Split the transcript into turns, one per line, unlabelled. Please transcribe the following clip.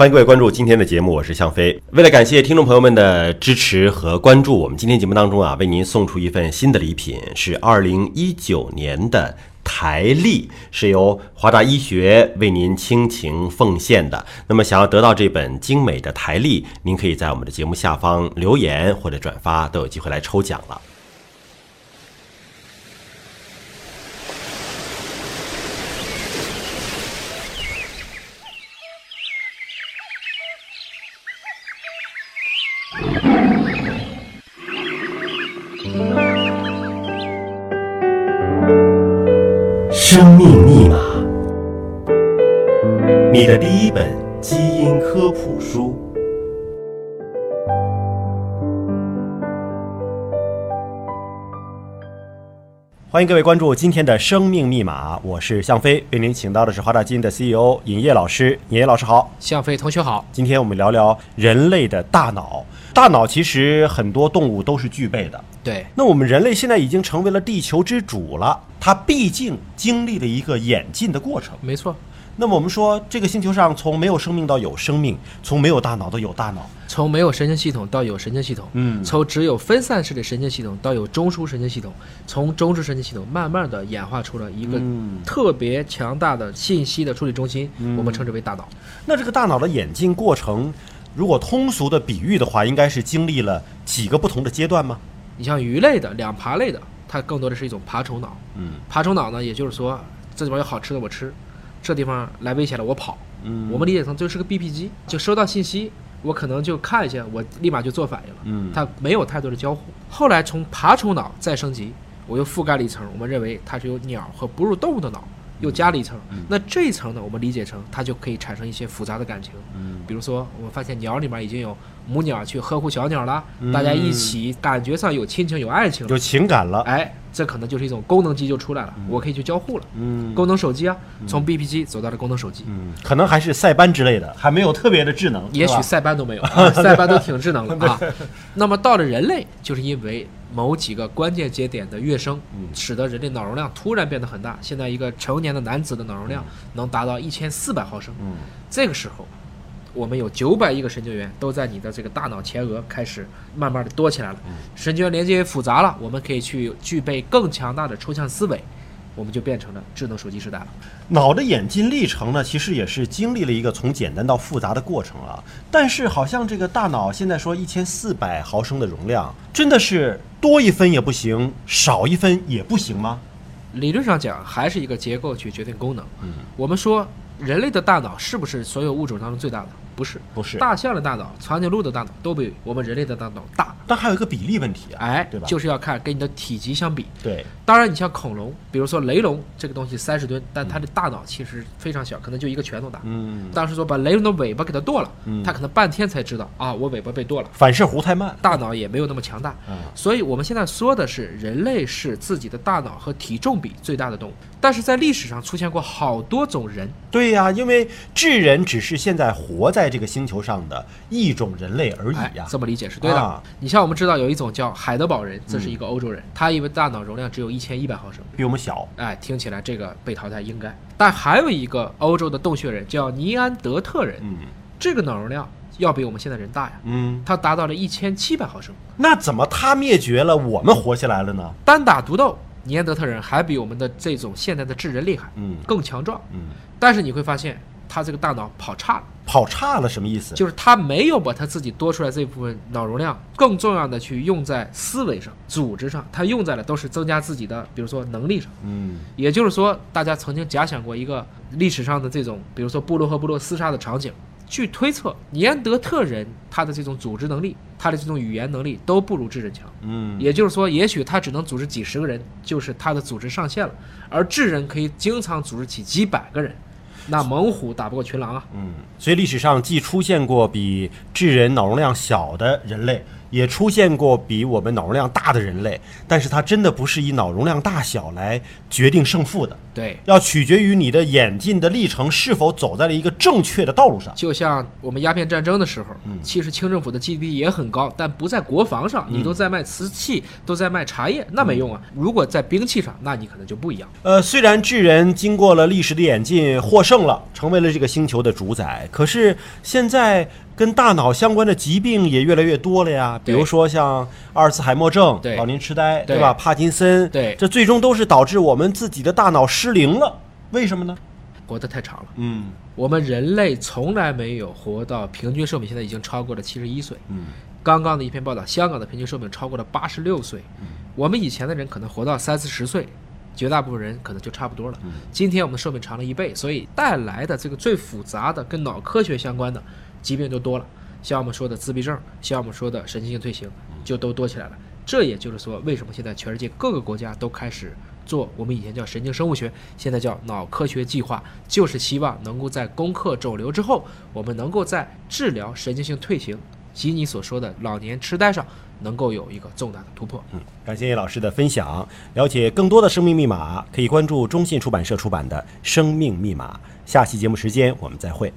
欢迎各位关注今天的节目，我是向飞。为了感谢听众朋友们的支持和关注，我们今天节目当中啊，为您送出一份新的礼品，是二零一九年的台历，是由华大医学为您倾情奉献的。那么，想要得到这本精美的台历，您可以在我们的节目下方留言或者转发，都有机会来抽奖了。生命密码，你的第一本基因科普书。欢迎各位关注今天的《生命密码》，我是向飞，为您请到的是华大基因的 CEO 尹烨老师。尹烨老师好，
向飞同学好，
今天我们聊聊人类的大脑。大脑其实很多动物都是具备的，
对，
那我们人类现在已经成为了地球之主了，它毕竟经历了一个演进的过程。
没错，
那么我们说，这个星球上从没有生命到有生命，从没有大脑到有大脑，
从没有神经系统到有神经系统，
嗯
从只有分散式的神经系统到有中枢神经系统，从中枢神经系统慢慢的演化出了一个
嗯
特别强大的信息的处理中心，我们称之为大脑。
那这个大脑的演进过程，如果通俗的比喻的话，应该是经历了几个不同的阶段吗？
你像鱼类的、两爬类的，它更多的是一种爬虫脑。
嗯
爬虫脑呢，也就是说，这地方有好吃的我吃，这地方来危险了我跑。
嗯
我们理解成就是个 BP 机，就收到信息，我可能就看一下，我立马就做反应了。
嗯
它没有太多的交互。后来从爬虫脑再升级，我又覆盖了一层，我们认为它是由鸟和哺乳动物的脑，又加了一层。
嗯
那这一层呢，我们理解成它就可以产生一些复杂的感情。
嗯
比如说，我们发现鸟里面已经有母鸟去呵护小鸟了，
嗯
大家一起感觉上有亲情有爱情了。
有情感了，
哎，这可能就是一种功能机就出来了，我可以去交互了。
嗯
功能手机啊，从 BP 机走到了功能手机，
嗯，可能还是塞班之类的，还没有特别的智能，
也
是
许
吧
塞班都 没有，啊塞班都挺智能了啊。那么到了人类，就是因为某几个关键节点的跃升，
嗯
使得人类脑容量突然变得很大。现在一个成年的男子的脑容量能达到一千四百毫升，
嗯
这个时候。我们有九百亿个神经元都在你的这个大脑前额开始慢慢的多起来了，
嗯
神经元连接复杂了，我们可以去具备更强大的抽象思维，我们就变成了智能手机时代了。
脑的演进历程呢，其实也是经历了一个从简单到复杂的过程啊。但是好像这个大脑现在说一千四百毫升的容量，真的是多一分也不行，少一分也不行吗？
理论上讲，还是一个结构去决定功能。
嗯
我们说人类的大脑是不是所有物种当中最大的？不是，
不是
大象的大脑、长颈鹿的大脑都比我们人类的大脑大。
但还有一个比例问题啊，
哎，
对吧
就是要看跟你的体积相比。
对，
当然，你像恐龙，比如说雷龙这个东西三十吨，但它的大脑其实非常小，可能就一个拳头大。
嗯，
当时说把雷龙的尾巴给它剁了
嗯，
它可能半天才知道啊，我尾巴被剁了。
反射弧太慢，
大脑也没有那么强大。
嗯
所以我们现在说的是，人类是自己的大脑和体重比最大的动物，但是在历史上出现过好多种人，
对呀、因为智人只是现在活在这个星球上的一种人类而已
哎
呀、，
这么理解是对的。
啊
你像我们知道有一种叫海德堡人，这是一个欧洲人，他因为大脑容量只有一千一百毫升，
比我们小。
哎，听起来这个被淘汰应该。但还有一个欧洲的洞穴人叫尼安德特人，
嗯
这个脑容量要比我们现在人大呀，
嗯，
他达到了一千七百毫升。
那怎么他灭绝了，我们活下来了呢？
单打独斗，尼安德特人还比我们的这种现代的智人厉害，
嗯
更强壮。
嗯，
但是你会发现，他这个大脑跑差了，
跑差了什么意思？
就是他没有把他自己多出来这部分脑容量更重要的去用在思维上、组织上，他用在了都是增加自己的，比如说能力上。
嗯
也就是说，大家曾经假想过一个历史上的这种，比如说部落和部落厮杀的场景。据推测，尼安德特人他的这种组织能力，他的这种语言能力都不如智人强。
嗯
也就是说，也许他只能组织几十个人，就是他的组织上限了。而智人可以经常组织起几百个人，那猛虎打不过群狼啊！
嗯，所以历史上既出现过比智人脑容量小的人类，也出现过比我们脑容量大的人类，但是它真的不是以脑容量大小来决定胜负的，
对，
要取决于你的演进的历程是否走在了一个正确的道路上。
就像我们鸦片战争的时候，
嗯
其实清政府的 GDP 也很高，但不在国防上，你都在卖瓷器，都在卖茶叶，那没用啊。
嗯
如果在兵器上，那你可能就不一样。
呃，虽然智人经过了历史的演进获胜了，成为了这个星球的主宰，可是现在跟大脑相关的疾病也越来越多了呀，比
对
如说像阿尔茨海默症、
对
老年痴呆，
对
吧？帕金森，
对
这最终都是导致我们自己的大脑失灵了。为什么呢？
活得太长了，
嗯
我们人类从来没有活到平均寿命，现在已经超过了七十一岁。
嗯，
刚刚的一篇报道，香港的平均寿命超过了八十六岁。我们以前的人可能活到三四十岁，绝大部分人可能就差不多了。今天我们的寿命长了一倍，所以带来的这个最复杂的跟脑科学相关的疾病就多了，像我们说的自闭症，像我们说的神经性退行，就都多起来了。这也就是说，为什么现在全世界各个国家都开始做我们以前叫神经生物学，现在叫脑科学计划，就是希望能够在攻克肿瘤之后，我们能够在治疗神经性退行及你所说的老年痴呆上，能够有一个重大的突破。
感谢叶老师的分享。了解更多的生命密码，可以关注中信出版社出版的《生命密码》。下期节目时间我们再会。